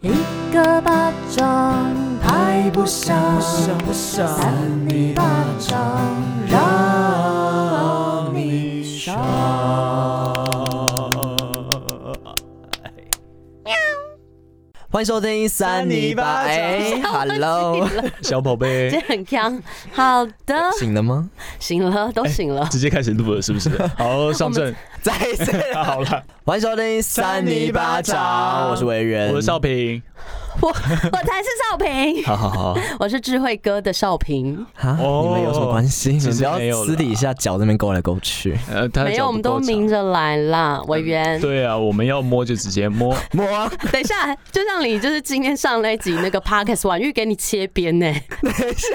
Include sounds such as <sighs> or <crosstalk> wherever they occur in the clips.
一个巴掌拍不响，不想扇你巴掌让你爽。欢迎收听三泥巴，哎，Hello， <laughs> 小宝贝这。很强，好的，醒了吗？醒了，都醒了。直接开始录了，是不 <laughs> 是？哦好，上阵，再一次，太好了。欢迎收听三泥巴掌，我是维仁，我是少平，我 <laughs> 我才是少平，哎好好好，我是智慧哥的少平。哈，哦你们有什么关系？你其们实不没有要啦私底下脚这边勾来勾去，呃，他的没有，脚不我们都够长明。着来嗯啦，委员。对啊，我们要摸就直接 <laughs> 摸，摸 <laughs> 等一下，就像你就是今天上那一集那个 podcast 婉玉给你切边 <laughs> 呢，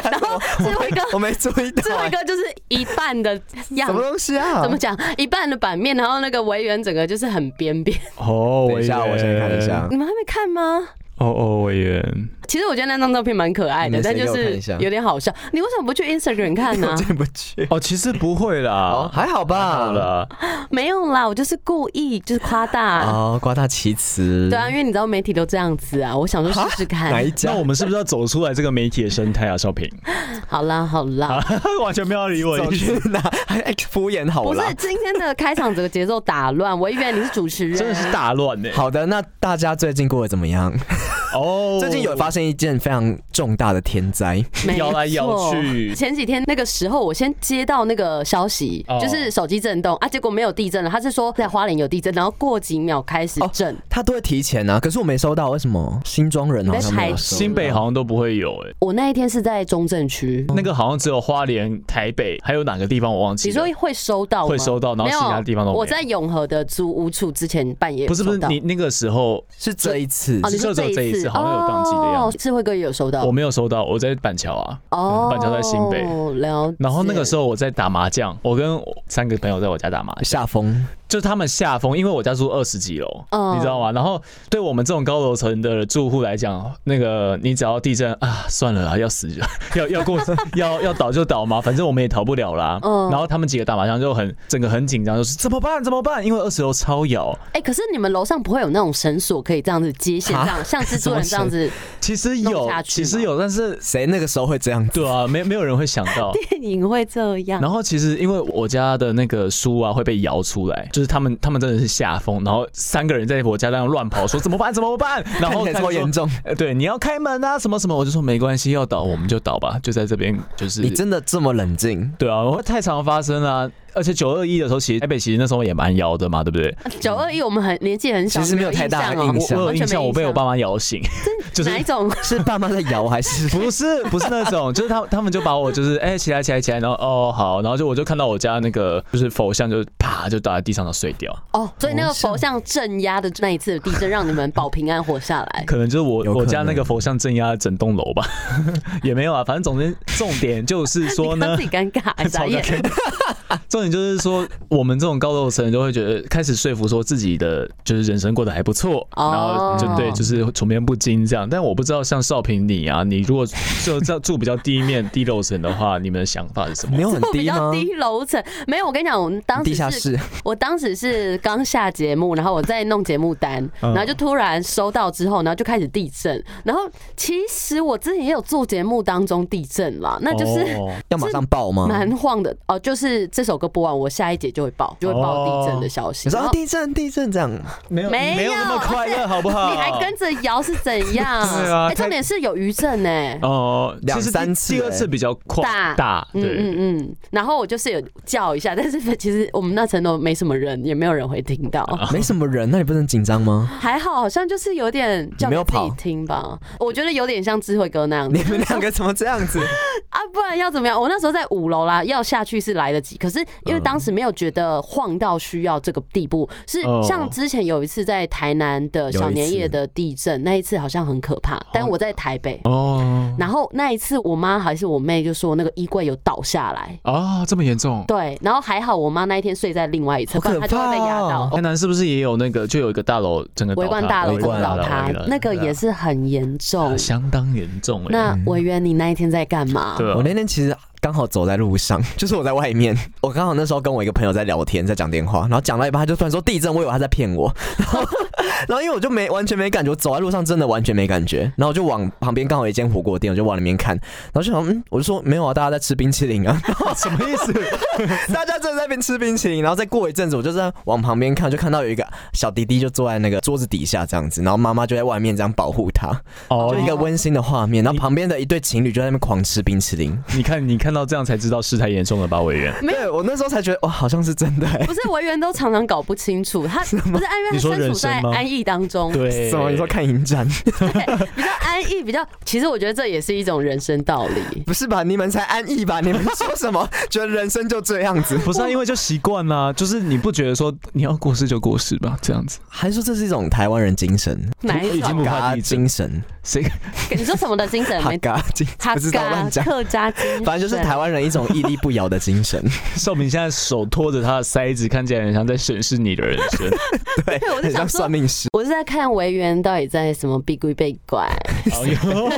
然后智慧哥，我没注 <laughs> 意 <laughs> 智到慧哎，哥就是一半的样什么子。东西啊？怎么讲？一半的版面，然后那个维园整个就是很 <laughs> 边边。哦，等一下，委员我先看一下。你们还没看吗？哦哦，委员，其实我觉得那张照片蛮可爱的，你们谁但就给我看是一下有点好笑。你为什么不去 Instagram 看呢、我进不去。哦，其实不会啊哦，啦，还好好吧。了，没有啦，我就是故意就是夸大。哦，夸大其词。对啊，因为你知道媒体都这样子啊，我想说试试哪看一。那家我？们是不是要走出来这个媒体的生态啊？少平，好啦好啦， <laughs> 完全没有理我走的意思去哪？还哎敷衍好不啦是。今天的开场整个节奏打乱，我以为你是主持人，真的是大乱欸呢。好的，那大家最近过得怎么样？哦，最近有发生一件非常重大的天灾，没摇来摇去错前几天那个时候，我先接到那个消息，哦就是手机震动啊，结果没有地震了。他是说在花莲有地震，然后过几秒开哦始震。他都会提前啊，可是我没收到，为什么？新庄人好像没有收你被排挤到。新北好像都不会有哎。我那一天是在中正区，那个好像只有花莲、台北，还有哪个地方我忘记你了。说会收到吗？会收到然后没有其他地方都没有我在永和的租屋处之前半夜不是不是收，到你那个时候是这一次哦，，你说就只有这这一一次次好像有宕机的样哦，智慧哥也有收到我没有收到，我在板桥啊。哦，板桥在新北了解。然后那个时候我在打麻将，我跟我三个朋友在我家打麻将，下风就是他们下风，因为我家住二十几楼嗯，你知道吗？然后对我们这种高楼层的住户来讲，那个你只要地震啊，算了啦，要死就 <laughs> 要要过要要倒就倒嘛，反正我们也逃不了啦。嗯然后他们几个打麻将就很整个很紧张，就是怎么办怎么办？因为二十楼超摇，哎、可是你们楼上不会有那种绳索可以这样子接线，这样像蜘 <laughs> 蛛人这样子 <laughs> 其实弄有下去其实吗有，但是谁那个时候会这样？对啊，没没有人会想到。电影会这嗯样。然后其实因为我家的那个书啊会被摇出来，就是他们他们真的是下风，然后三个人在我家那样乱跑，说怎么办怎么办，然 <laughs> 后看起来看超说严。重。呃对，你要开门啊，什么什么，我就说没关系，要倒我们就倒吧，就在这边，就是你真的这么冷静？对啊，我太常发生啊，而且九二一的时候，其实台北其实那时候也蛮摇的嘛，对不对？九二一，我们很年纪很小，其实没有太大的印印我象象哦，我有完印全象，没我被我爸妈摇醒，就是哪一种？是爸妈在摇还 <laughs> 是？ <laughs> 不是不是那种，就是他他们就把我就是哎、起来起来起来，然后哦好，然后就我就看到我家那个就是佛像就啪就打在地上然后碎掉，哦，所以那个佛像镇压的那一次的地震，让你们保平安活下 <laughs> 来。可能就是我有可能我家那个佛像镇压整栋楼吧， <laughs> 也没有啊，反正总之重点就是 <laughs> 说你看呢自，己尴 <laughs> 尬，傻眼。重点就是说我们这种高楼层人就会觉得开始说服说自己的就是人生过得还不错，哦然后就对就是处变不惊这样。但我不知道像少平你啊，你如果就在住比较低面低楼层的话，你们的想法是什么？没有很我比低较吗？低楼层，没有。我跟你讲，我当地下时是，室 <laughs> 我当时是刚下节目，然后我在弄节目单，嗯然后就突然收到之后，然后就开始地震。然后其实我之前也有做节目当中地震啦，那就是哦要马上报吗？ <laughs> 蛮晃的哦。就是这首歌播完，我下一节就会报，就会报哦地震的消息。你说然啊后地震地震这样，没有没有没有那么快乐，好不好？ <laughs> 你还跟着摇是怎样？ <laughs> 对啊哎开重点是有余震呢、哦，两其实第三次第二欸次比较快大大嗯对。嗯嗯，然后我就是有叫一下，但是 <laughs> 其实我们那层楼没什么人，也没有人会听到。没什么人，那你不是很紧张吗？还好，好像就是有点叫你没给有自己跑听吧。我觉得有点像智慧哥那样子你们两个怎么这样子？啊，不然要怎么样？我那时候在五楼啦，要下去是来得及，可是因为当时没有觉得晃到需要这个地步，是哦像之前有一次在台南的小年夜的地震，那一次好像很可怕，但我在台北。哦然后那一次，我妈还是我妹就说那个衣柜有倒下来，啊，这么严重。对，然后还好我妈那一天睡在另外一侧，好不然可她就会被压怕到哦。台南是不是也有那个，就有一个大楼整个倒围塌观大楼围整观个倒大楼塌，那个也是很严重啊。相当严重哎。那委员，你那一天在干嘛？对啊我那天其实刚好走在路上， <laughs> 就是我在外面，我刚好那时候跟我一个朋友在聊天，在讲电话，然后讲到一半，他就突然说地震，我以为他在骗我， <laughs> 然后因为我就没完全没感觉，我走在路上真的完全没感觉。然后我就往旁边刚好有一间火锅店，我就往里面看，然后就想，嗯，我就说没有啊，大家在吃冰淇淋啊， <laughs> 什么意思？大家真的在那边吃冰淇淋。然后再过一阵子，我就在往旁边看，就看到有一个小弟弟就坐在那个桌子底下这样子，然后妈妈就在外面这样保护他，哦就，一个温馨的画面。然后旁边的一对情侣就在那边狂吃冰淇淋。你看，你看到这样才知道事态严重了吧，委员？没对我那时候才觉得，哇，哦好像是真 <laughs> 的、欸。不是文员都常常搞不清 <laughs> 楚，他不是安因为他你说身人处在生吗安逸当中，对，什么？你说看影展？对，比较安逸，比较其实我觉得这也是一种人生道理。 <laughs> 不是吧？你们才安逸吧？你们说什么？觉得人生就这样子？不是、啊，因为就习惯啦，就是你不觉得说你要过世就过世吧，这样子。还说这是一种台湾人精神，哪一已经不种？怕嘎地震精神，谁？你说什么的精神？哈没嘎精，哈不知道嘎乱讲。客家精神，反正就是台湾人一种屹立不摇的精神，少平现在手托着他的腮子，看起来很像在审视你的人生。对 <laughs> 对我，很就想像说算命师， <laughs> 我是在看维园到底在什么避规被拐， <laughs> 哎呦，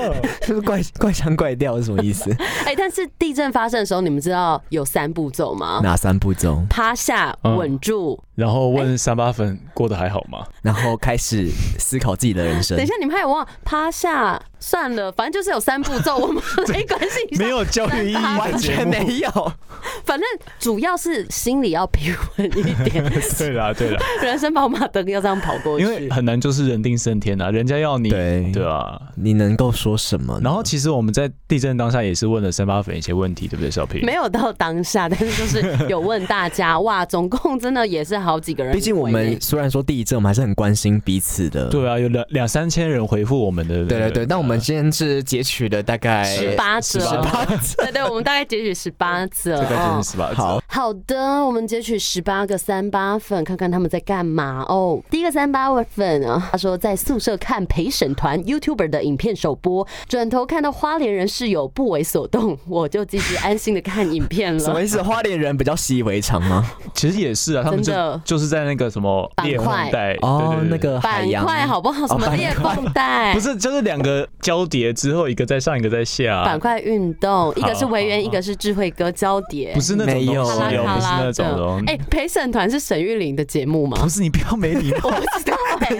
就是怪怪腔怪调是什么意 <laughs> 思？哎、但是地震发生的时候，你们知道有三步骤吗？哪三步骤？趴下、嗯稳住。然后问三八粉过得还好吗？然后开始思考自己的人生等一。下，你们还有忘趴下？算了，反正就是有三步骤，我 <laughs> 们没关系。没，有教育意义完的节全目。没 <laughs> 有，反正主要是心里要平稳一 <laughs> 点， <laughs> 对啦，对啦，人生跑马灯要这样跑过去。因为很难就是人定胜天啊，人家要你，对对啊。你能够说什么呢？然后其实我们在地震当下也是问了三八粉一些问题，对不对，小平？没有到当下，但是就是有问大家哇，总共真的也是好几个人回应。毕竟我们虽然说地震，我们还是很关心彼此的。对啊，有两两三千人回复我们的。对对对，但我们今天是截取了大概十八折， 18对对，我们大概截取十八折。大概哦就是十八。好，好的，我们截取十八个三八粉，看看他们在干嘛哦。第一个三八粉啊，他说在宿舍看陪审团 YouTuber 的影片首播，转头看到花莲人室友不为所动，我就继续安心的看影片什么了。意思？花莲人比较习以为常吗？其实也是啊，他们就真的就是在那个什么板块裂缝带哦，对对对那个海板洋块 <laughs> 好不好？什么板块裂缝带？哦不是，就是两个交叠之后，一个在上，一个在下。板块运动，一个是维园，啊好一个是智慧哥交叠。不是那种东西没有哦，卡拉不是卡拉那种的的哦。，哎、陪审团是沈玉玲的节目吗 <laughs> 不？是你不要没礼貌，我不知道、哎，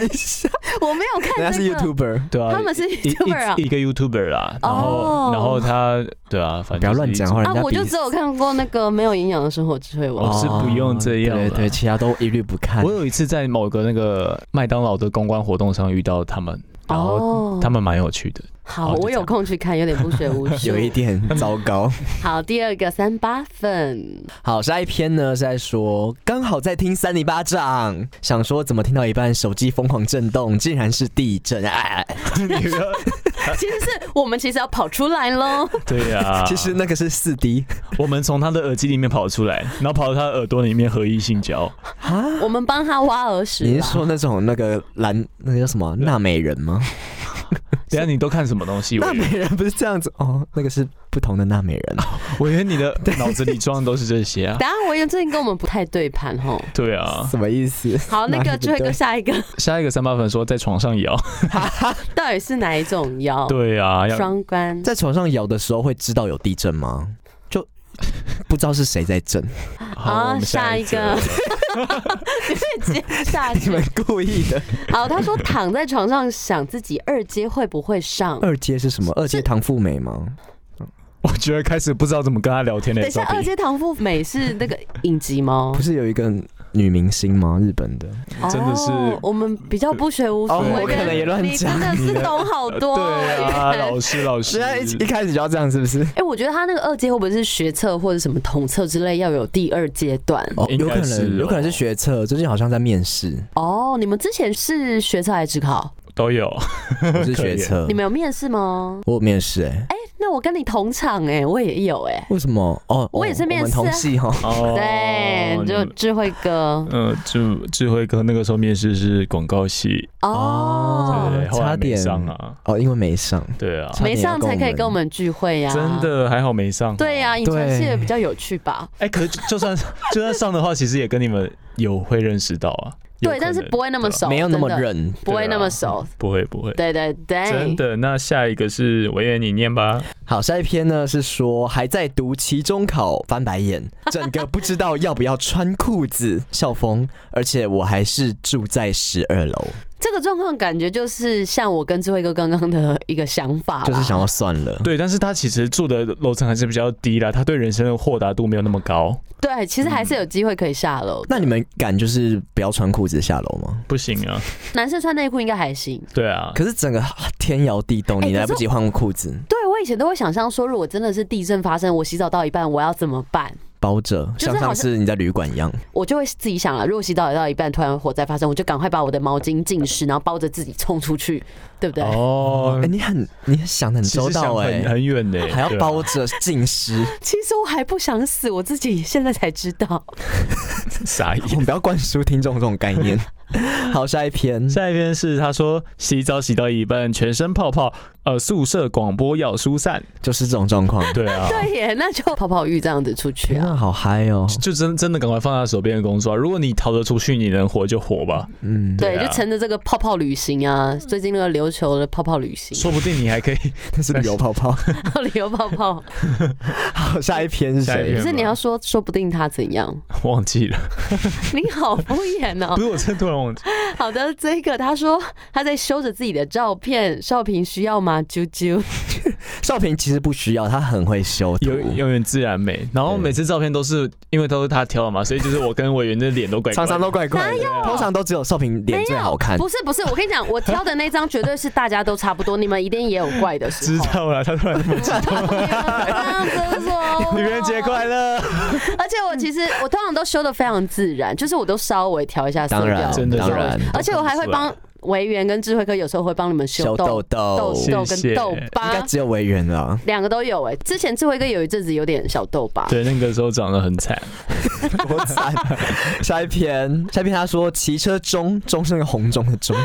我没有看人家是这个。 YouTuber，对啊， <laughs> 他们是一一 YouTuber 啊一一个 YouTuber 啦，然哦后然后他对啊，<laughs> 反正不要乱讲话，啊人，家我就比 <laughs> 只有看过那个没有营养的生活智慧哦王。是不用这哦样对啦对，其他都一律不看我。有一次在某个那个麦当劳的公关活动上遇到他们，然后哦他们蛮有 <laughs> 趣的。好，好就我这样有空去看，有点不 <laughs> 学无术。有一。点糟 <laughs> 糕。好，第二个三八 <laughs> 粉，好，下一篇呢是在说，刚好在听三里巴掌，想说怎么听到一半手机疯狂震动，竟然是地震。哎，你说其实是我们其实要跑出来喽。 <laughs> 对呀，其实那个是四 D 我们从他的耳机里面跑出来，然后跑到他的耳朵里面合一 <laughs> 性交，啊。我们帮他挖耳屎。你是说？那种那个蓝那个叫什么纳美人吗？等一下你都看什么东西？纳我以美为人不是这样子哦，那个是不同的纳美人。我以 <laughs> 为你的脑子里装的都是这些啊。等下，我有最近跟我们不太对盘吼。对啊，什么意思？好，那哪 <laughs> 个里不智慧哥对下一个下一个三八粉说在床 <laughs> 上摇，到底是哪一种腰？对啊，要 <laughs> 双关。在床上摇的时候会知道有地震吗？就不知道是谁在震，好好，我们啊下下一一个则接 <laughs> 下你去。们故意的。好，他说躺在床上想自己二阶会不会上。二阶是什么？二阶唐富美吗？我觉得开始不知道怎么跟他聊天了。等一下，赵斌二阶堂富美是那个影集吗不？是有一个女明星吗？日本的。真的是哦我们比较不学无术，哦我我可能也乱你真讲的是懂好多。 <laughs> 对啊，原来老师老师人，家一一开始就要这样，是不是？ <laughs> 哎、我觉得他那个二阶会不会是学测或者什么统测之类要有第二阶段？哦，应有可该是能，哦有可能是学测，最近好像在面试，哦，你们之前是学测还是职考？都有。我是学测你，们有面试吗？我有面试哎，那我跟你同场哎、我也有哎、为什么？哦，我也是哦面试啊我们同系哈，哦对，就智慧哥呃，智智慧哥那个时候面试是广告系，哦哦，对，后来差没点上啊，哦，因为没上，对啊，差没点要上才可以跟我们跟我们聚会呀、真。的还好没上。对呀、呀，啊，影传系对也比较有趣吧？哎，可是就就算 <laughs> 就算上的话，其实也跟你们有会认识到啊。有对，但是可能不会那么熟，没有那么真的，认。不会对啊那么熟。不会不会，对对对，真的。那下一个是维园，你念吧。好，下一篇呢是说还在读期中考，翻白 <laughs> 眼，整个不知道要不要穿裤子，笑疯，而且我还是住在十二楼，这个状况感觉就是像我跟智慧哥刚刚的一个想法啦，就是想要算了。对，但是他其实住的楼层还是比较低啦，他对人生的豁达度没有那么高，对，其实还是有机会可以下楼。那你们敢就是不要穿裤子下楼嗯吗？不行啊，男生穿内裤应该还行。对啊，可是整个 <sighs> 啊天摇地动，哎你可来是不及换裤子，对我以前都会想象说，如果真的是地震发生，我洗澡到一半我要怎么办？包着，就像是好像上次你在旅馆一样。我就会自己想了，如果洗澡到一半突然火灾发生，我就赶快把我的毛巾浸湿，然后包着自己冲出去，对不对？哦哎、，你很你想的很其实周到想哎、很很远的，还要对啊包着浸 <laughs> 湿，其实我还不想死，我自己现在才知道。傻眼我。们不要灌输听众这种概 <laughs> 念。好，下一篇，下一篇是他说洗澡洗到一半全身泡泡，呃，宿舍广播要疏散。就是这种状况。对啊，对耶，那就泡泡浴这样子出去天啊。啊，好嗨哦！就真真的赶快放下手边的工作啊、如果你逃得出去，你能活就活吧， <laughs> 嗯，对，对啊就乘着这个泡泡旅行啊，最近那个琉球的泡泡旅行，说不定你还可以。那是旅游泡 <laughs> 泡。 <laughs> 旅游泡泡。好，下一篇是下一谁篇？可是你要说，说不定他怎 <laughs> 样？忘记了，你好敷衍哦 <laughs> <laughs> 不。是我真的突然忘记。好的，这个他说他在修着自己的照片，少平需要吗？啾啾，少平其实不需要，他很会修图永。永远自然美。然后每次照片都是因为都是他挑的嘛，所以就是我跟委员的脸都怪怪常的常都怪怪的，通常都只有少平脸最好看。不是不是，我跟你讲，我挑的那张绝对是大家都差不多，你们一定也有怪的时知候。 <laughs> 道了，他突然你们这样子说女人节快乐，而且我其实我通常都修的非常自然，就是我都稍微调一下色当调然，，真的当是然，啊而且我还会帮维园跟智慧科，有时候会帮你们修修痘痘痘痘，痘谢跟谢痘应该疤，只有啊维园了。两个都有哎、之前智慧哥有一阵子有点小痘疤， <laughs> 对，那个时候长得很惨，多 <laughs> 惨！下一篇，下一篇他说骑车中，中是那个红中的 <laughs> 中，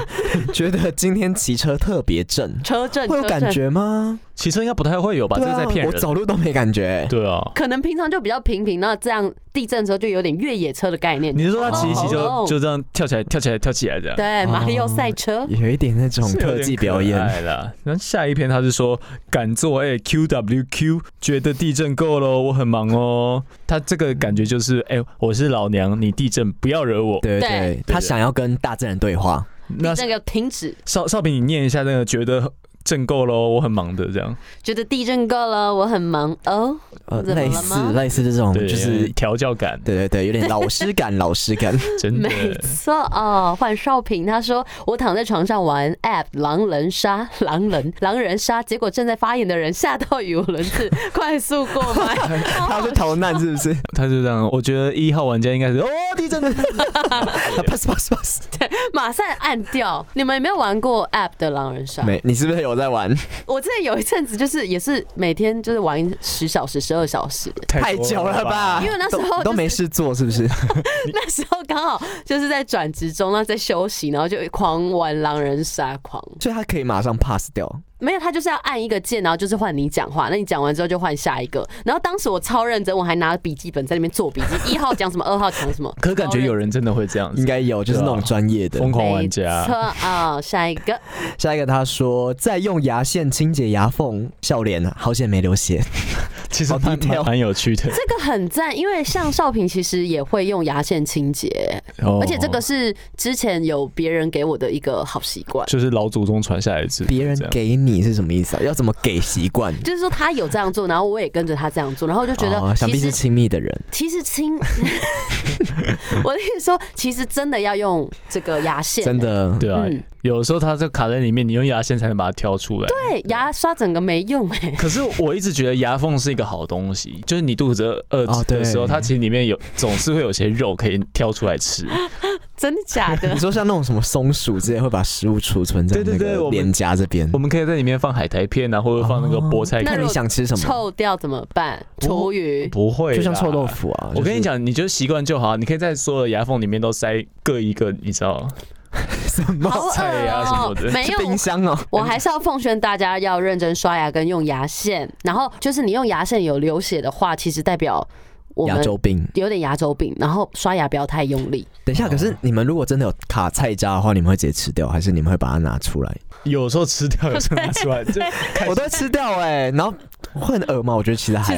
觉得今天骑车特别正，车震会有车感震，觉吗？骑车应该不太会有吧？这对个在骗啊，我人。走路都没感 <laughs> 觉。对啊，可能平常就比较平平，那这样地震的时候就有点越野车的概念。你是说他骑一骑哦就就这样跳起来、跳起来、跳起来这样？啊对马里奥赛车？有一点那种特技表演，了。那下一篇他是说敢做哎 QWQ，觉得地震够了，我很忙哦。他这个感觉就是哎、我是老娘，你地震不要惹我。嗯对对对，他想要跟大自然对话，那那个停止，少少平，你念一下那个觉得震够了，我很忙的这样，觉得地震够了，我很忙哦。呃，怎么类了吗似类似这种，对，哦就有是点调教感，对对对，有点老师感，老师感。真的。没错哦，换少平他说我躺在床上玩 App 狼人杀，狼人狼人杀，结果正在发言的人吓到语无 <laughs> 伦次，快速过麦。哦他要去逃难是不是他就这样，我觉得一号玩家应该是哦，地 <laughs> 震了， ？pass pass pass。马上按掉。你们有没有玩过 App 的狼人杀？没，你是不是有在玩？我之前有一阵子就是也是每天就是玩十小时、十二小时， <laughs> 太多久了吧？因为那时候都都没事做，是不是？那时候刚好就是在转职中，然后在休息，然后就狂玩狼人杀，狂所以他可以马上 pass 掉。没有他就是要按一个键，然后就是换你讲话，那你讲完之后就换下一个。然后当时我超认真，我还拿笔记本在那边做笔 <laughs> 记，一号讲什么，二号讲什么。可感觉有人真的会这样应子，该有，就是那种对啊专业的。疯狂没玩错家。啊、下一个下一个他说，再用牙线清洁牙缝，笑脸啊，好险没流血。其实蛮 detail 蛮蛮哦有趣的，这个很赞，因为像少平其实也会用牙线清洁，而哦而且这个是之前有别人给我的一个好习惯。就是老祖宗传下来的智慧，别人这样给你是什么意思啊？要怎么给习惯？就是说他有这样做，然后我也跟着他这样做，然后我就觉哦得想其必是实亲密的人。其实 <laughs> 亲，我的意思说，其实真的要用这个牙线，真的，对啊嗯，有的时候它就卡在里面，你用牙线才能把它挑出来。对哎牙刷整个没用哎、可是我一直觉得牙缝是一个好东西，就是你肚子饿哦对的时候，它其实里面有总是会有些肉可以挑出来 <laughs> 吃。真的假的 <laughs> <laughs> 你？说像那种什么松鼠之类，会把食物储存在对对那对个我们脸颊这边我。们可以在里面放海苔片啊，或者放那个菠菜那 <laughs> 干。看如你果想吃什么，臭掉怎么办？厨余。不会，就像臭豆。腐啊。我跟你就是，讲，你就习惯就好。你可以在所有的牙缝里面都塞各一个，你知道？什么好恶菜啊什哦么、的 <laughs> 没是有，冰箱哦。我还是要奉劝大家要认真刷牙跟用牙线。然后就是你用牙线有流血的话，其实代表我牙们周病。有点牙周病。然后刷牙不要太用力。等一下，可是你们如果真的有卡菜渣的话，你们会直接吃掉，还是你们会把它拿出来？ <laughs> 有时候吃掉，有时候拿出来， <laughs> 就我都会吃掉哎、然后会很恶吗？我觉得其实还好。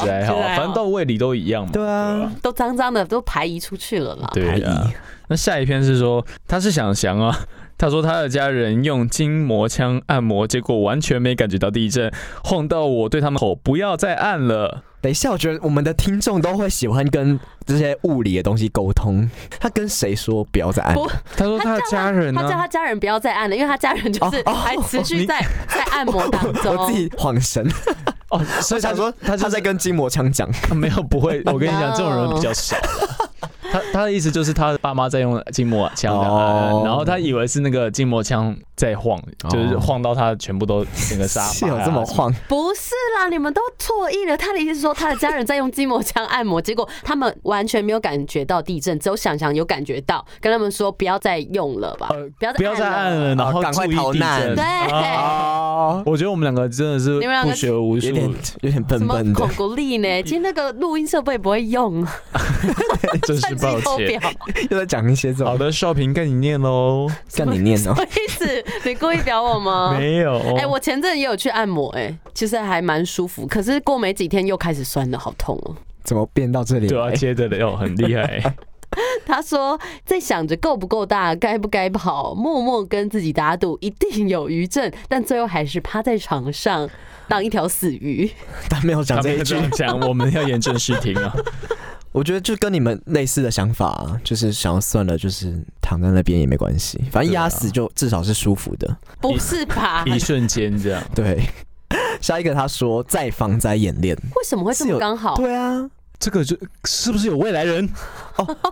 其实还好，反正到胃里都一样嘛。对啊，都脏脏的，都排移出去了啦。对排啊异。那下一篇是说他是想翔啊，他说他的家人用筋膜枪按摩，结果完全没感觉到地震，晃到我对他们吼不要再按了。等一下，哎我觉得我们的听众都会喜欢跟这些物理的东西沟通。他跟谁说不要再按？不他说他他的叫家人呢、他叫他家人不要再按了，因为他家人就是哦哦还持续你 <laughs> 在在按摩当中。我自己晃神，哦，所我以他想说他他就是在跟筋膜枪讲，没有不会，我跟你讲，这种人比较 <laughs> 少。他他的意思就是他爸妈在用筋膜枪的，哦呃然后他以为是那个筋膜枪在晃，就是哦晃到他全部都整个沙发、啊。是有这么什晃？不是啦，你们都错意了。他的意思是说，他的家人在用筋膜枪按摩，结果他们完全没有感觉到地震，只有想想有感觉到，跟他们说不要再用了吧，呃不要么，不要再按了。了，然后哦赶快注意逃地难震对，啊哦，我觉得我们两个真的是你们两个不学无术有。点有点什笨么笨的巩。固力呢？今天那个录音设备不会用， <laughs> 真是战抱绩偷歉表。。又在讲一些这好种的，少平跟你念喽。干你念哦什。么意思？你故意表我吗？没有，哎、我前阵也有去按摩、哎，其实还蛮舒服，可是过没几天又开始酸了，好痛哦、怎么变到这里对啊，来？接着的哦，很厉害。 <laughs> 他说在想着够不够大，该不该跑，默默跟自己打赌一定有余震，但最后还是趴在床上当一条死鱼。 <laughs> 但没有讲他这们一这句，样讲，我们要严正视听 <laughs> 啊。我觉得就跟你们类似的想法、啊，就是想要算了，就是躺在那边也没关系，反正压死就至少是舒服的。不是吧？一瞬间这样，对， <laughs> 下一个他说再防灾演练，为什么会这是么有刚好？对啊，这个就是不是有未来人，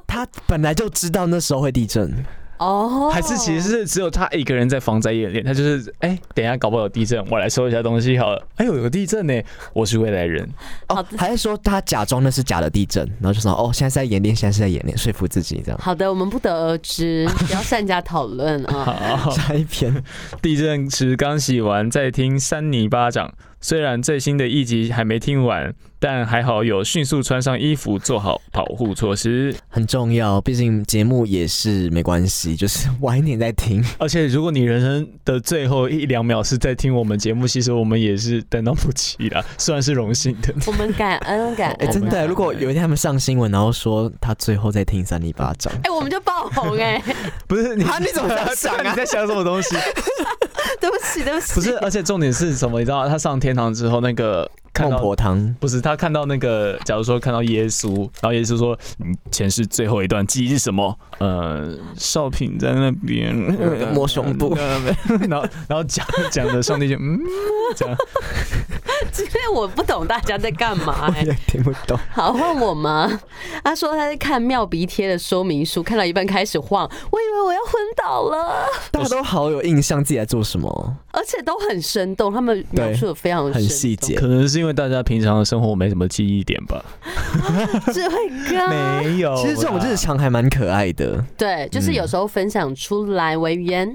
他本来就知道那时候会地震，哦，还是其实是只有他一个人在防灾演练？他就是哎、等一下搞不好有地震，我来收一下东西好了。哎呦，有地震呢，我是未来人。好哦的，还是说他假装那是假的地震，然后就说哦，现在是在演练，现在是在演练，说服自己这样。好的，我们不得而知，不要善加讨论啊。好，下一篇， <laughs> 地震池刚洗完，在听三泥巴掌。虽然最新的一集还没听完，但还好有迅速穿上衣服，做好保护措施。很重要，毕竟节目也是没关系，就是 <laughs> 晚一点再听。而且，如果你人生的最后一两秒是在听我们节目，其实我们也是等到不及了， <laughs> 算是荣幸的。我们感恩感哎、恩、啊，真的，如果有一天他们上新闻，然后说他最后再听三里巴掌，哎、我们就爆红哎、 <laughs> 不是你啊你怎么这样想啊 <laughs> 对你在想什么东西？ <laughs> 对不起， <laughs> 对不起，不是，而且重点是什么？你知道，他上天堂之后，那个看孟到婆汤。不是他看到那个，假如说看到耶稣，然后耶稣说：“你前世最后一段记忆是什么？”呃，少平在那 <laughs> 边呃摸胸部 <laughs> 然后然后讲讲着，上帝就嗯，这样今天我不懂大家在干嘛 <laughs> 哎、也听不懂，好，换我吗？ <laughs> 他说他在看妙鼻贴的说明书，看到一半开始晃，我以为我要昏倒了，大家都好有印象自己在做什么，而且都很生动，他们描述的非常很生细节可。能是因为大家平常的生活没什么记忆点吧？动，智慧 <laughs> 哥，没有啦，啊其实这种日常还蛮可爱的。对，就是嗯有时候分享出来为源，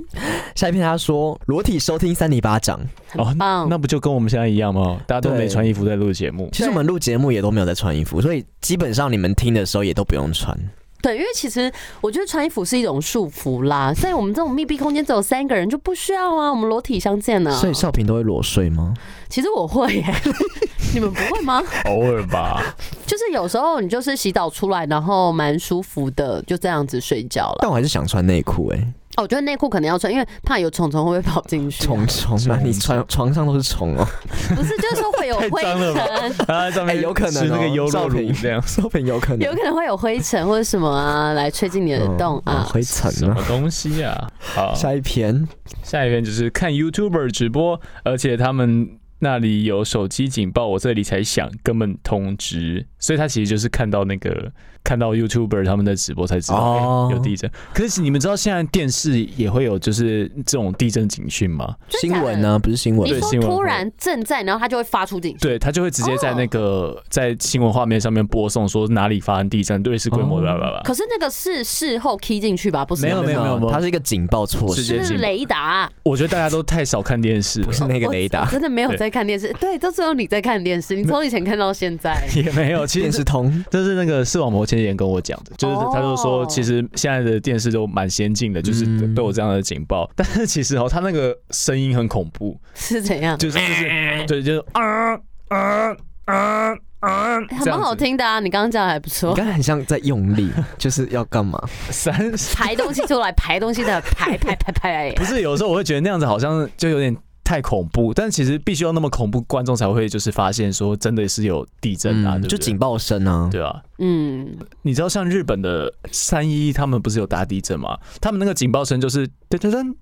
下一篇他说裸体收听三里巴掌，哦很棒。那不就跟我们现在一样吗？大家都对没穿衣服在录节目。其实我们录节目也都没有在穿衣服，所以基本上你们听的时候也都不用穿。对，因为其实我觉得穿衣服是一种束缚啦，所以我们这种密闭空间只有三个人就不需要啊，我们裸体相见呢、所以少平都会裸睡吗？其实我会耶、 <laughs> 你们不会吗？偶尔吧，就是有时候你就是洗澡出来，然后蛮舒服的，就这样子睡觉了。但我还是想穿内裤哎，哦，我觉得内裤可能要穿，因为怕有虫虫会不会跑进去、虫虫啊，虫你床床上都是虫哦。 <laughs> 不是，就是说会有太灰脏了吧尘， <laughs> 啊，上哎，面有可能吃那个哦优少酪乳平，这样少平有可能有可能会有灰尘或者什么啊，来吹进你的洞嗯啊。灰尘什啊么。东西哦啊？好，下一篇，下一篇就是看 YouTuber 直播，而且他们那里有手机警报，我这里才响，根本通知，所以他其实就是看到那个看到 YouTuber 他们的直播才知道、哦哎有地震。可是你们知道现在电视也会有就是这种地震警讯吗？真新假的闻呢？啊不是新闻你，对说新闻突会然震在，然后它就会发出警讯。对，他就会直接在那个、在新闻画面上面播送说哪里发生地震，瑞士规模哦吧吧吧。可是那个是事后 key 进去吧？不是，没有没有没有它是一个警报措直施，接是进去雷达。我觉得大家都太少看电视了不。是那个雷我达，真的没有啊对在看电视，对，都只有你在看电视。你从以前看到现 <laughs> 在，也没有，其电实视通。这是那个视网膜前几天跟我讲的，就是哦他就说，其实现在的电视都蛮先进的，就是嗯都有这样的警报，但是其实哦，他那个声音很恐怖，是怎样？嗯就是就是对，就是啊啊啊嗯，还这蛮样好子，听的啊，你刚刚讲的还不你错。刚才很像在用 <laughs> 力，就是要干嘛？三排东西出来，排东西的排排排哎排，不是，有时候我会觉得那样子好像就有点太恐怖，但其实必须要那么恐怖，观众才会就是发现说真的是有地震啊，对不嗯就对警报声啊，对啊。嗯，你知道像日本的三一一，他们不是有大地震吗？他们那个警报声就是噔噔噔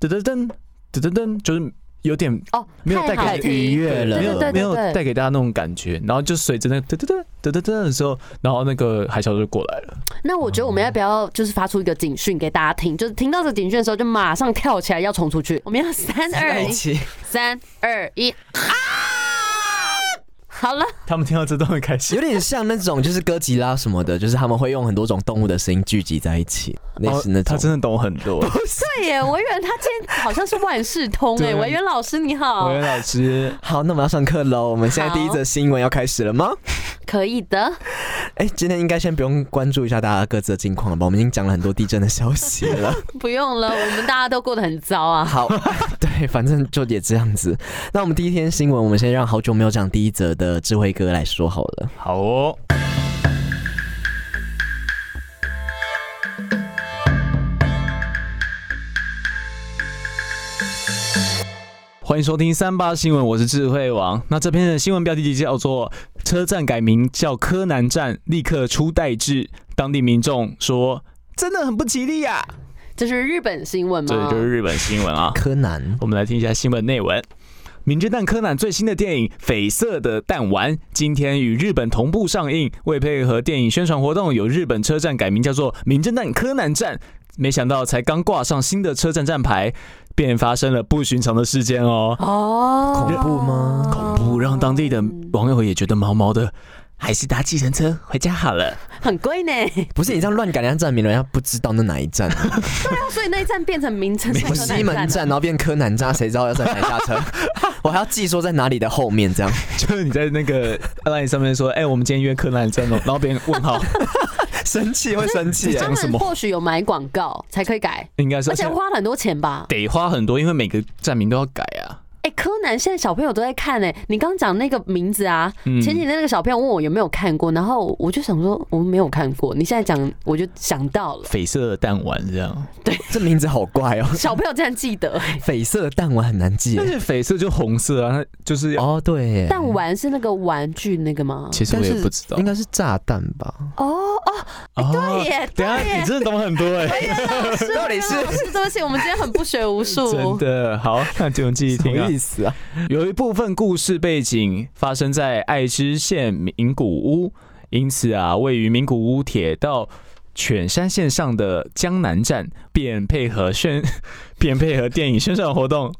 噔噔噔噔噔噔，就是有点哦，没有太带给好你听愉悦了没有对对对没有对带对，给大家那种感觉，然后就随着那个噔噔噔噔噔噔的时候，然后那个海啸就过来了。那我觉得我们要不要就是发出一个警讯给大家听？就是听到这警讯的时候，就马上跳起来要冲出去。我们要三二一，起。三二一，啊！好了，他们听到这都很开心有。点像那种就是哥吉拉什么的，就是他们会用很多种动物的声音聚集在一起，类似那哦他种。真的懂很 <laughs> 多。对耶，维园他今天好像是万事 <laughs> 通哎，对维园老师你好维，恩老师，好，那我们要上课喽。我们现在好第一则新闻要开始了吗？可以的。 <laughs> 哎、今天应该先不用关注一下大家各自的近况了吧？我们已经讲了很多地震的消息 <laughs> 了。不用了，我们大家都过得很糟 <laughs> 啊。好，对，反正就也这样子。那我们第一天新闻，我们先让好久没有讲第一则的智慧哥来说好了。好哦。欢迎收听三八新闻，我是智慧王。那这篇的新闻标题叫做“车站改名叫柯南站，立刻出代志”，当地民众说真的很不吉利啊呀、这是日本新闻吗？这就是日本新闻啊。柯南，我们来听一下新闻内文。名侦探柯南最新的电影《绯色的弹丸》今天与日本同步上映。为配合电影宣传活动，有日本车站改名叫做“名侦探柯南站”。没想到才刚挂上新的车站站牌，便发生了不寻常的事件哦。哦，恐怖吗恐怖让当地的网友也觉得毛毛的，还是搭计程车回家好了。很贵呢，不是你这样乱改人家站名，人家不知道那 <laughs> 哪一站、啊， <laughs> 所以那一站变成名城我西门站，然后变柯南站，谁知道要在哪里下 <laughs> 车？我还要记说在哪里的后面这样。就是你在那个 line 上面说：“哎、我们今天约柯南站哦。”然后别人问 <laughs> 号，生气会生气他们或许有买广告才可以改，啊应该是啊而且花了很多钱吧。得花很多，因为每个站名都要改啊。哎，柯南现在小朋友都在看哎，你刚讲那个名字啊，嗯前几天那个小朋友问我有没有看过，然后我就想说我没有看过，你现在讲我就想到了，绯色的弹丸这样，这名字好怪 <laughs> 哦，小朋友竟然记得 <laughs> 哎，绯色弹丸很难记但。是绯色就红色啊，它就是要。哦，对耶，但玩是那个玩具那个吗？其实我但是也不知道应。该是哎炸弹吧？哦哦， <laughs> 对哦，耶，等一对下耶你真的懂很多哎，是到底是原来是对不起，我们今天很不学无 <laughs> 真术。的好，那就用记忆听啊。思啊？ <laughs> 有一部分故事背景发生在爱知县名古屋，因此啊，位于名古屋铁道犬山线上的江南站，便配合宣， <laughs> 便配合电影宣传活动。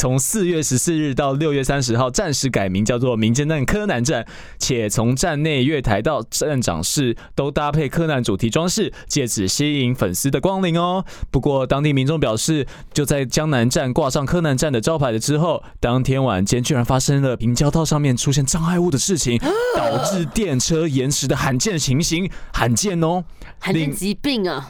从四月十四日到六月三十号，暂时改名叫做名侦探柯南站，且从站内月台到站长室都搭配柯南主题装饰，借此吸引粉丝的光临哦。不过，当地民众表示，就在江南站挂上柯南站的招牌了之后，当天晚间居然发生了平交道上面出现障碍物的事情，导致电车延迟的罕见情形，罕见哦。罕见疾 <laughs> 病啊，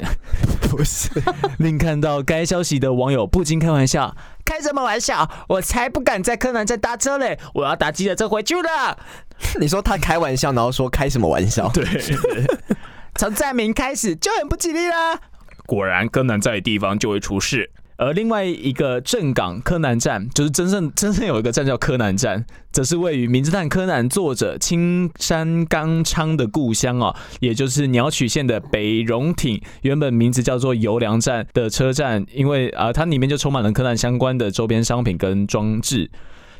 不是，令看到该消息的网友不禁开玩笑：“开什么玩笑？我才不敢在柯南站搭车嘞！我要搭计程车回去了。啊你说他开玩笑，然后说开什么玩笑？对， <laughs> 从站名开始就很不吉利啦。”果然，柯南在的地方就会出事。而另外一个正港柯南站，就是真正真正有一个站叫柯南站，则是位于名侦探柯南作者青山刚昌的故乡哦，也就是鸟取县的北荣町，原本名字叫做游良站的车站，因为啊、呃它里面就充满了柯南相关的周边商品跟装置。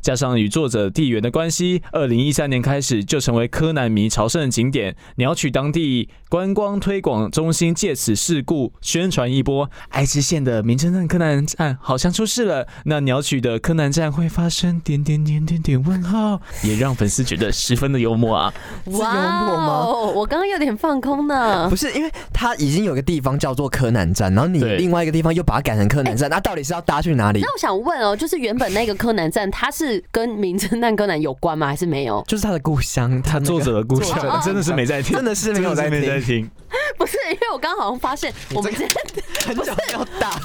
加上与作者地缘的关系，二零一三年开始就成为柯南迷朝圣的景点，鸟取当地观光推广中心借此事故宣传一波。爱知县的名侦探柯南站好像出事了，那鸟取的柯南站会发生点点点点点问号，也让粉丝觉得十分的幽默啊。幽默吗哦，我刚刚有点放空呢不。是，因为他已经有个地方叫做柯南站，然后你对另外一个地方又把它改成柯南站，那到底是要搭去哪里？哎那我想问哦，就是原本那个柯南站，它是跟名侦探柯南有关吗？还是没有？就是他的故乡， <laughs> 他那个作 <laughs> 者的故作者啊哦哦乡真的是没在听，真的是没有在真的是没听，听。 <laughs> 不是，因为我刚刚好像发现我们今天很久没有打。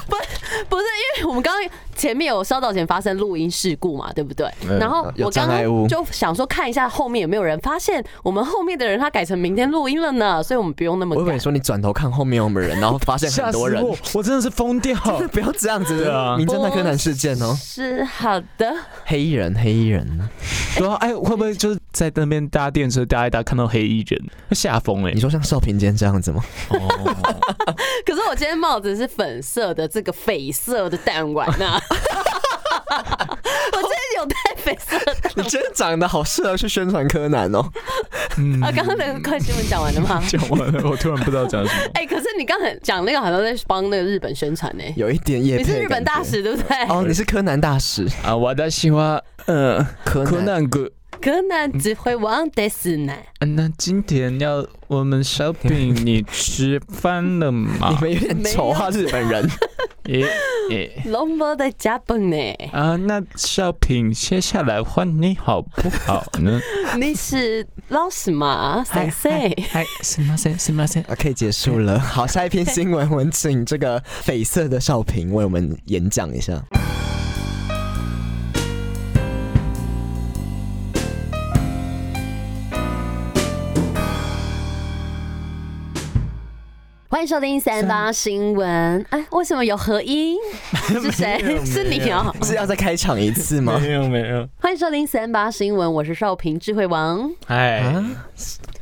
不是因为我们刚刚前面有稍早前发生录音事故嘛，对不对？嗯然后有我刚障碍刚物就想说看一下后面有没有人，发现我们后面的人他改成明天录音了呢，所以我们不用那么我以为赶你。说你转头看后面有没有人，然后发现吓很死多人，我，我真的是疯 <laughs> 掉。不要这样子对啊名侦探柯南事件哦，是好的， <laughs> 黑衣人，黑衣人，对啊，哎，会不会就是在那边搭电车搭一搭，看到黑衣人，会吓疯哎你？说像邵平间这样子吗？哦，可是我今天帽子是粉色的，这个绯色的弹丸呐、 <laughs> 我今天有戴绯色的 <laughs> 你今天长得好适合去宣传柯南哦。嗯啊，刚刚那个快新闻讲完了吗？讲完了，我突然不知道讲什么。哎、可是你刚才讲那个好像在帮那个日本宣传呢、有一点夜你配。是日本大？使对不对？哦，你是柯南大使， <laughs> 啊，我的喜欢，嗯，柯柯南。南哥。柯南只会往得死呢。啊那今天要我们 shopping，你吃饭了你 <laughs> 吗？们有点丑化日本人，诶诶。龙波在加本 <laughs> 呢，啊，那 shopping 接下来换你好不好呢？你是老师吗？三岁。 <laughs> 哎，すみません，すみません。啊可以结束 <laughs> 了。好，下一篇新闻，我们请这个绯色的少平为我们演讲一 <laughs> 下。欢迎收听三八新闻。哎，为什么有合 <laughs> 音？是没有谁？ <laughs> 是你哦、是要再开场一次 <laughs> 吗？没有没有，欢迎收听三八新闻，我是少平智慧王。哎，啊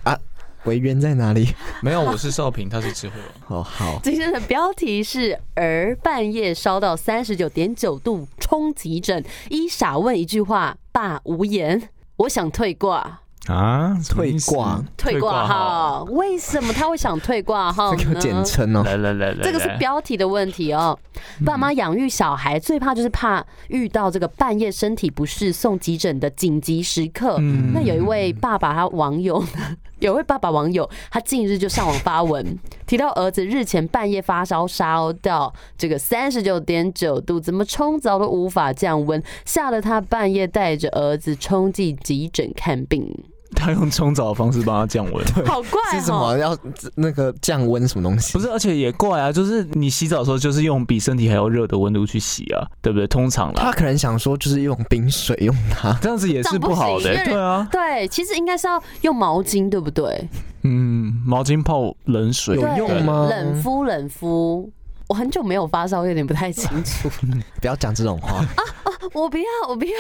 啊，维渊在哪里？ <laughs> 没有，我是少平，他是智慧王。哦，好，今天的标题是“儿半夜烧到三十九点九度冲急诊，医傻问一句话，爸无言，我想退挂。”啊，什么退意思挂，退挂号，为什么他会想退挂号 <laughs> 这个有呢？简称哦。来来来来，这个是来，标题的问题哦。嗯爸妈养育小孩最怕就是怕遇到这个半夜身体不适送急诊的紧急时刻。嗯那有一位爸爸他网友 <laughs> 呢，有一位爸爸网友，他近日就上网发文，提到儿子日前半夜发烧，烧到这个三十九点九度，怎么冲澡都无法降温，吓得他半夜带着儿子冲进急诊看病，他用冲澡的方式帮他降温。好怪 <laughs> 是什哦么？。要那个降温什么东西 <laughs> 不？是，而且也怪啊，就是你洗澡的时候，就是用比身体还要热的温度去洗啊，对不对？通常啦他，可能想说，就是用冰水用 <laughs> 它。这样子也是不好的、这样不行对啊，对，其实应该是要用毛巾，对不对？嗯，毛巾泡冷水有对用吗冷敷，冷敷。我很久没有发烧，有点不太清 <laughs> 楚。不要讲这种哎话。我不要，我不要。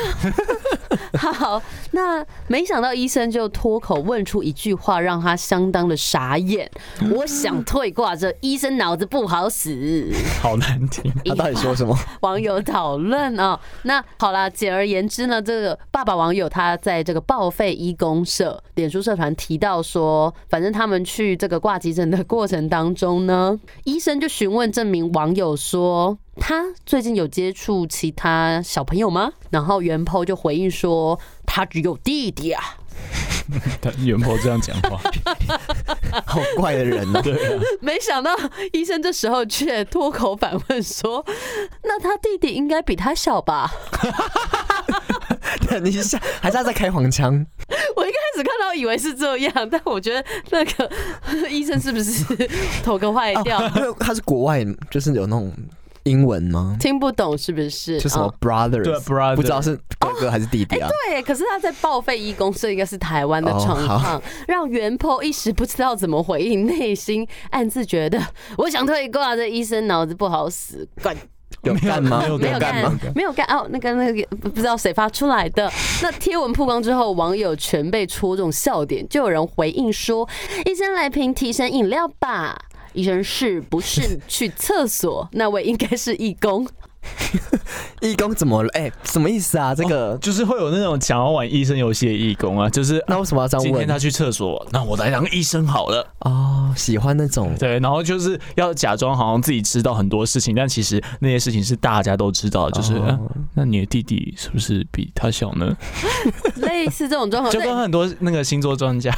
<laughs> 好，那没想到医生就脱口问出一句话，让他相当的傻眼。 <laughs> 我想退挂，这医生脑子不好使。 <laughs> 好难听。他到底说 <laughs> 什么？网友讨论啊。那好啦，简而言之呢，这个爸爸网友他在这个报废医公社脸书社团提到说，反正他们去这个挂急诊的过程当中呢， <laughs> 医生就询问这名网友说。他最近有接触其他小朋友吗？然后袁剖就回应说，他只有弟弟啊。 <laughs> 他袁婆这样讲 <laughs> 话，好怪的 <laughs> 人哦。对、啊，没想到医生这时候却脱口反问说，那他弟弟应该比他小吧？等一下，还是他在开黄腔？ <laughs> 我一开始看到以为是这样，但我觉得那个 <laughs> 医生是不是头壳坏掉，哦他是国外，就是有那种英文吗？ <laughs> 听不懂是不是？就什么哦嗯 brothers，对，brother 啊不知道是哥哥还是弟弟啊？对，可是他在报废一公社应该是台湾的状哦况，让袁剖一时不知道怎么回应，内心暗自觉得我想退挂，这医生脑子不好使，管有干吗？没有没有干干吗？，没有干哦，那个那个不不知道谁发出来的。那贴文曝光之后，网友全被戳中笑点，就有人回应说：“医生来瓶提神饮料吧。”医生是不是去厕所？那位应该是义工， <laughs> 义工怎么了？哎，什么意思啊？这个就是会有那种想要玩医生游戏的义工啊，就是那为什么要这样今天问他？去厕所，那我来当医生好了。哦，喜欢那种对，然后就是要假装好像自己知道很多事情，但其实那些事情是大家都知道的，就是、哦啊那你的弟弟是不是比他小呢？类似这种状况。哦就 <laughs> 对跟很多那个星座专家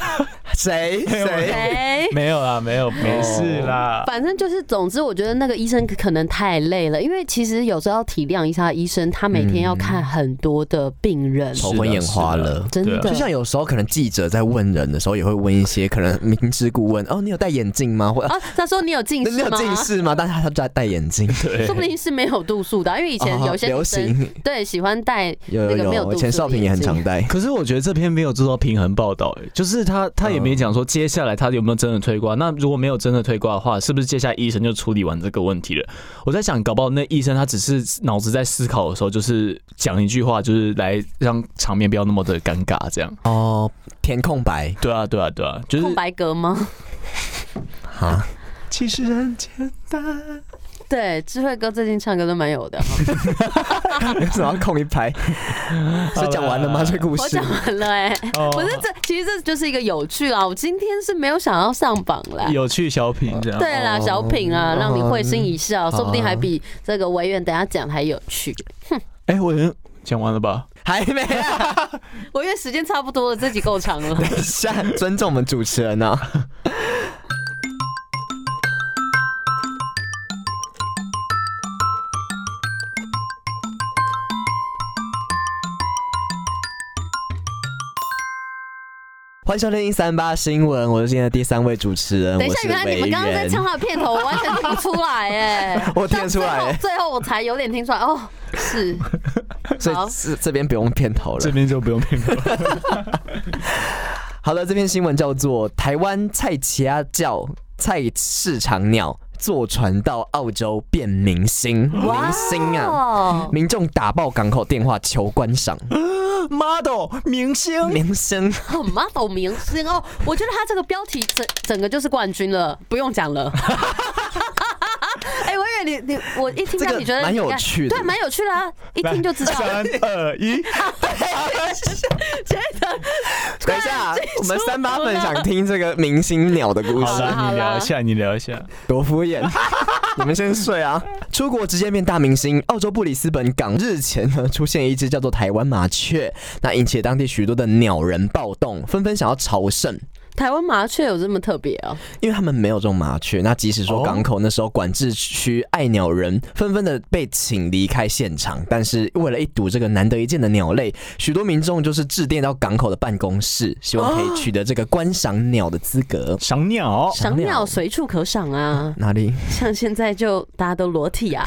谁谁？哎，没有啦，没有，没事啦。反正就是，总之，我觉得那个医生可能太累了，因为其实有时候要体谅一下医生，他每嗯天要看很多的病人，头昏眼花了。真的对就像有时候可能记者在问人的时候，也会问一些可能明知故问哦，你有戴眼镜吗？或、啊、啊。他说你有近你视有吗？近视吗？但他他就在戴眼 <laughs> 镜，对说，不定是没有度数的啊、因为以以前有些哦流女生行对喜欢戴有那个有没有有，度数以前少平也很常戴。可是我觉得这篇没有做到平衡报道、欸，就是他他也没讲说接下来他有没有真的推挂。那如果没有真的推挂的话，是不是接下来医生就处理完这个问题了？我在想，搞不好那医生他只是脑子在思考的时候，就是讲一句话，就是来让场面不要那么的尴尬，这样。哦，填空白对啊，对啊，对啊，就是空白格吗？ <laughs> 哈， <laughs> 其实很简单。对，智慧哥最近唱歌都蛮有的。为什么要空一 <laughs> 排？是讲完了吗？这故我事讲完了哎、哦不是这，其实这就是一个有趣啊。我今天是没有想要上榜啦。有趣小品这样。对啦，哦小品啊，让你会心一笑，说不定好啊还比这个维园等下讲还有趣。哎、我已经讲完了吧？还没啊？我因为时间差不多了，这集够长 <laughs> 了。等一下，尊重我们主持人啊！欢迎收听一三八新闻，我是今天的第三位主持人，等一我下，是原来你维们刚刚在园唱。他的片头，我完全听不出来哎、 <laughs> 我听得出来到最后最后我才有点听出来哦，是所以好这这边不用片头了这。边就不用评论。好的，这篇新闻叫做“台湾菜奇亚叫菜市场鸟坐船到澳洲变明星”，明星啊！哦，民众打爆港口电话求观赏， <laughs> model 明星明星很 model 明星哦，我觉得他这个标题整整个就是冠军了，不用 <laughs> 讲了。哎，我以为你你我一听到这个你觉得蛮你有应该趣的对，蛮有趣的啊，一听就 <laughs> 知道。三二一，觉得等一下，我们三八粉想听这个明星鸟的故好事，好啦了，你聊一下，你聊一下。多敷衍！你们先睡啊！出国直接变大明星，澳洲布里斯本港日前呢出现一只叫做台湾麻雀，那引起了当地许多的鸟人暴动，纷纷想要朝圣。台湾麻雀有这么特别啊？因为他们没有这种麻雀，那即使说哦港口那时候管制区爱鸟人纷纷的被请离开现场，但是为了一睹这个难得一见的鸟类，许多民众就是致电到港口的办公室，希望可以取得这个观赏鸟的资格。赏鸟，赏赏鸟鸟随处可赏啊，哪里？像现在就大家都裸 <laughs> 体啊，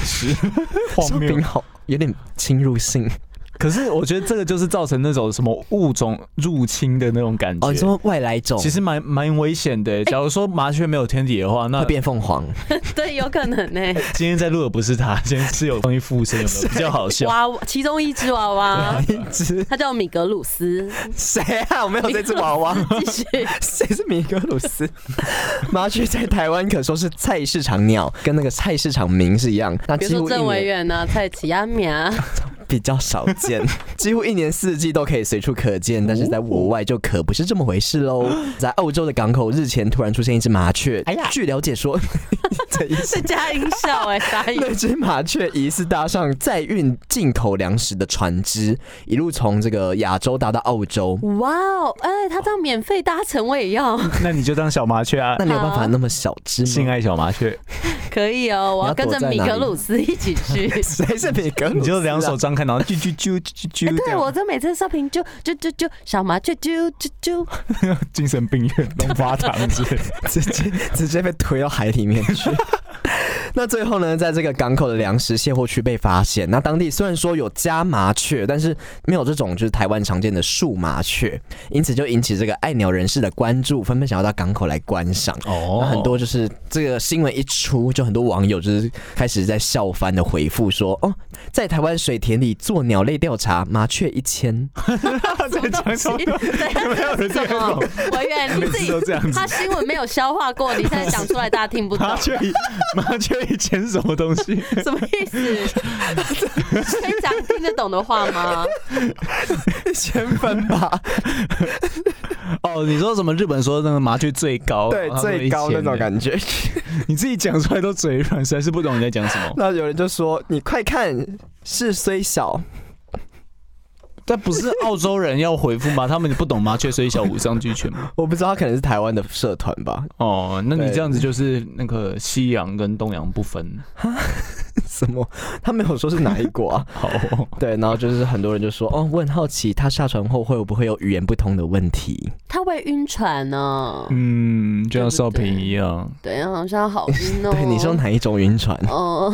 荒谬冰。好，哦有点侵入性可是我觉得这个就是造成那种什么物种入侵的那种感觉。哦。你说外来种其实蛮蛮危险的欸。假如说麻雀没有天敌的话，那会变凤凰？对，有可能呢、今天在录的不是他，今天是有东西附身，有没 <laughs> 有比较好笑？娃娃，其中一只娃 <laughs> 娃，一只它叫米格鲁斯。谁啊？我没有这只娃娃。继续，谁是米格鲁斯？麻雀在台湾可说是菜市场鸟，跟那个菜市场名是一样。那比几 <laughs> 如乎说一郑维年远啊、蔡奇亚米啊， <laughs> 比较少 <laughs> 见，几乎一年四季都可以随处可见，但是哦在国外就可不是这么回事喽。在澳洲的港口日前突然出现一只麻雀，哎呀，据了解说，这一是加音效哎、欸，答 <laughs> 应那只麻雀疑似搭上载运进口粮食的船只，一路从这个亚洲搭到澳洲。哇哦，哎，他这样免费搭乘我也要，那你就当小麻 <laughs> 雀啊那，你有办法好那么小只性吗？爱小麻雀，可以哦，我要跟着米格鲁斯一起去。 <laughs> 谁是米格鲁斯啊？你就两手张开，然后啾啾啾啾啾啾，这对，样我就每次射频就就就就小麻雀啾啾啾，精神病院、龙发堂之 <laughs> 类的。直接 <laughs> 直接被推到海里面 <laughs> 去。那最后呢，在这个港口的粮食卸货区被发现。那当地虽然说有家麻雀，但是没有这种就是台湾常见的树麻雀，因此就引起这个爱鸟人士的关注，纷纷想要到港口来观赏。哦那很多就是这个新闻一出，就很多网友就是开始在笑翻的回复说：“哦，在台湾水田里做鸟类调查，麻雀一 <laughs> 千。什么东西？对，没有人在什看么懂，？我远你自每次都这样己，子他新闻没有消化过，你现在讲出来大家听不懂麻，雀一麻雀一千什么东西？什么意思？可以讲听得懂的话吗？”千分吧， <laughs> 哦，你说什么？日本说那个麻雀最 <laughs> 高，对，最高那种觉。感觉。 <laughs> <laughs> 你自己讲出来都嘴软，实在是不懂你 <laughs> 在讲什么。那有人就说：“你快看，事虽小， <laughs> 但不是澳洲人要回复吗？他们不懂麻雀虽小，五脏俱全 <laughs> 吗？我不知道，他可能是台湾的社团吧？哦，那你对这样子就是那个西洋跟东洋不分。什么？他没有说是哪一国 <laughs> 啊？好，哦 <laughs> 对，然后就是很多人就说，哦，我很好奇他下船后会不会有语言不通的问题？他会晕船呢、嗯，就像对少不对平一 <laughs> 样，对啊，好像好晕哦。对，你说哪一种晕船？哦，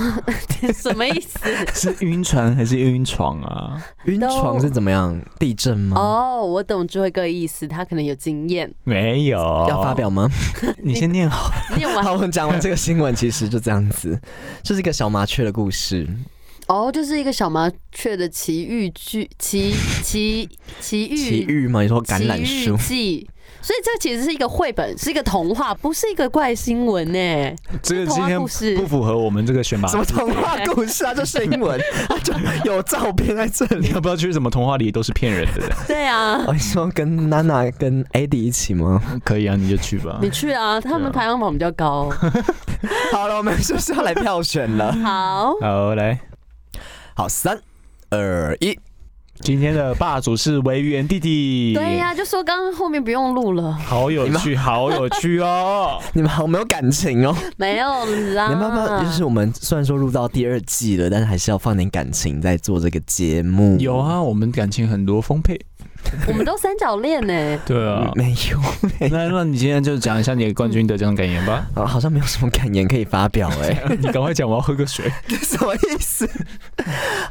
什么意思？是晕船还是晕床啊？晕船是怎么样？地震吗？哦，我懂这个意思，他可能有经验。没有要发，表吗？你先念好。念完好，我们讲完这个新闻，其实就这样子，这是一个小麻雀的故事。哦，就是一个小麻雀的奇遇剧，奇奇奇遇奇遇吗？你说橄榄奇树遇？记。所以这其实是一个绘本，是一个童话，不是一个怪新闻呢、 <laughs> 这个童今话天故事不符合我们这个选拔什。么童话故事啊？这是英 <laughs> 文，它就有照片在这 <laughs> 你里。要不要去什么童话里都是骗人的？ <laughs> 对 <laughs> 啊，我哦你说跟娜娜跟 Eddie 一起吗？可以啊，你就去吧你。去啊，他们排行榜比较高。好了，我们是不是要来票选 <laughs> 了？ <laughs> 好，好，来，好，三二一，今天的霸主是维园弟弟，对呀、就说刚刚后面不用录了，好有趣，好有趣哦。你们好没有感情哦。没有啊啦。你们要不要？就是我们虽然说录到第二季了，但是还是要放点感情在做这个节目。 <laughs> 有啊，我们感情很多丰沛。我们都三角恋呢、对啊嗯？没有，那那你今天就讲一下你的冠军得奖感言 <laughs> 吧。啊好像没有什么感言可以发表哎、你赶快讲，我要喝个水。 <laughs> 什么意思？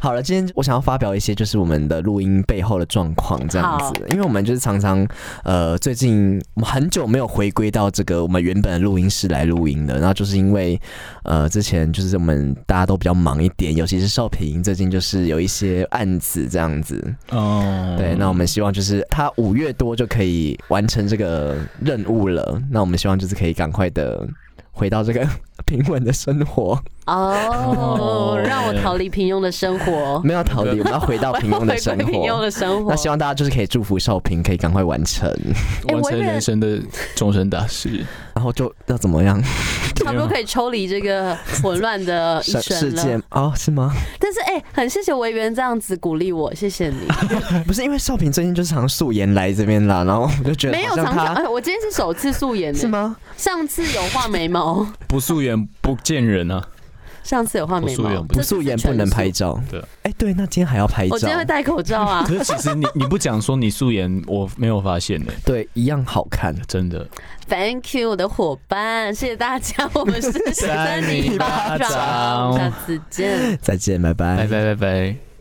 好了，今天我想要发表一些就是我们的录音背后的状况这样子，因为我们就是常常呃最近我们很久没有回归到这个我们原本的录音室来录音了，然后就是因为呃之前就是我们大家都比较忙一点，尤其是少平最近就是有一些案子这样子，哦对，那我们希望就是他五月多就可以完成这个任务了，那我们希望就是可以赶快的回到这个 <laughs> 平稳的生活。哦哦，让我逃离平庸的生活， <laughs> 没有逃离，我们要回到平庸的 <laughs> 生回归平庸活。的生活。那希望大家就是可以祝福少平可以赶快完成，哎完我成也人生的终身大事。然后就要怎 <laughs> 么样？差不多可以抽离这个混乱的一事事生了件。哦，是 <laughs> 吗？但是哎、很谢谢维园这样子鼓励我，谢 <laughs> 谢你。不是，因为少平最近就是常素颜来这边啦，然后我就觉得没有好像常常，他哎，我今天是首次素颜、呢。欸是？吗？上次有画 <laughs> 眉毛，不素颜不见人 <laughs> 啊！上次有画眉不素毛，颜不这不次是素颜不能拍全素。照。对，哎，对，那今天还要拍我照今天，会戴口罩 <laughs> 啊。可是其实你你不讲说你素颜，我没有发现呢、对，一样好看。真的。 Thank you，我的伙伴，谢谢大家，<laughs> 我们是三泥泥巴巴掌，掌下次见。再见，拜拜哎拜。拜拜拜。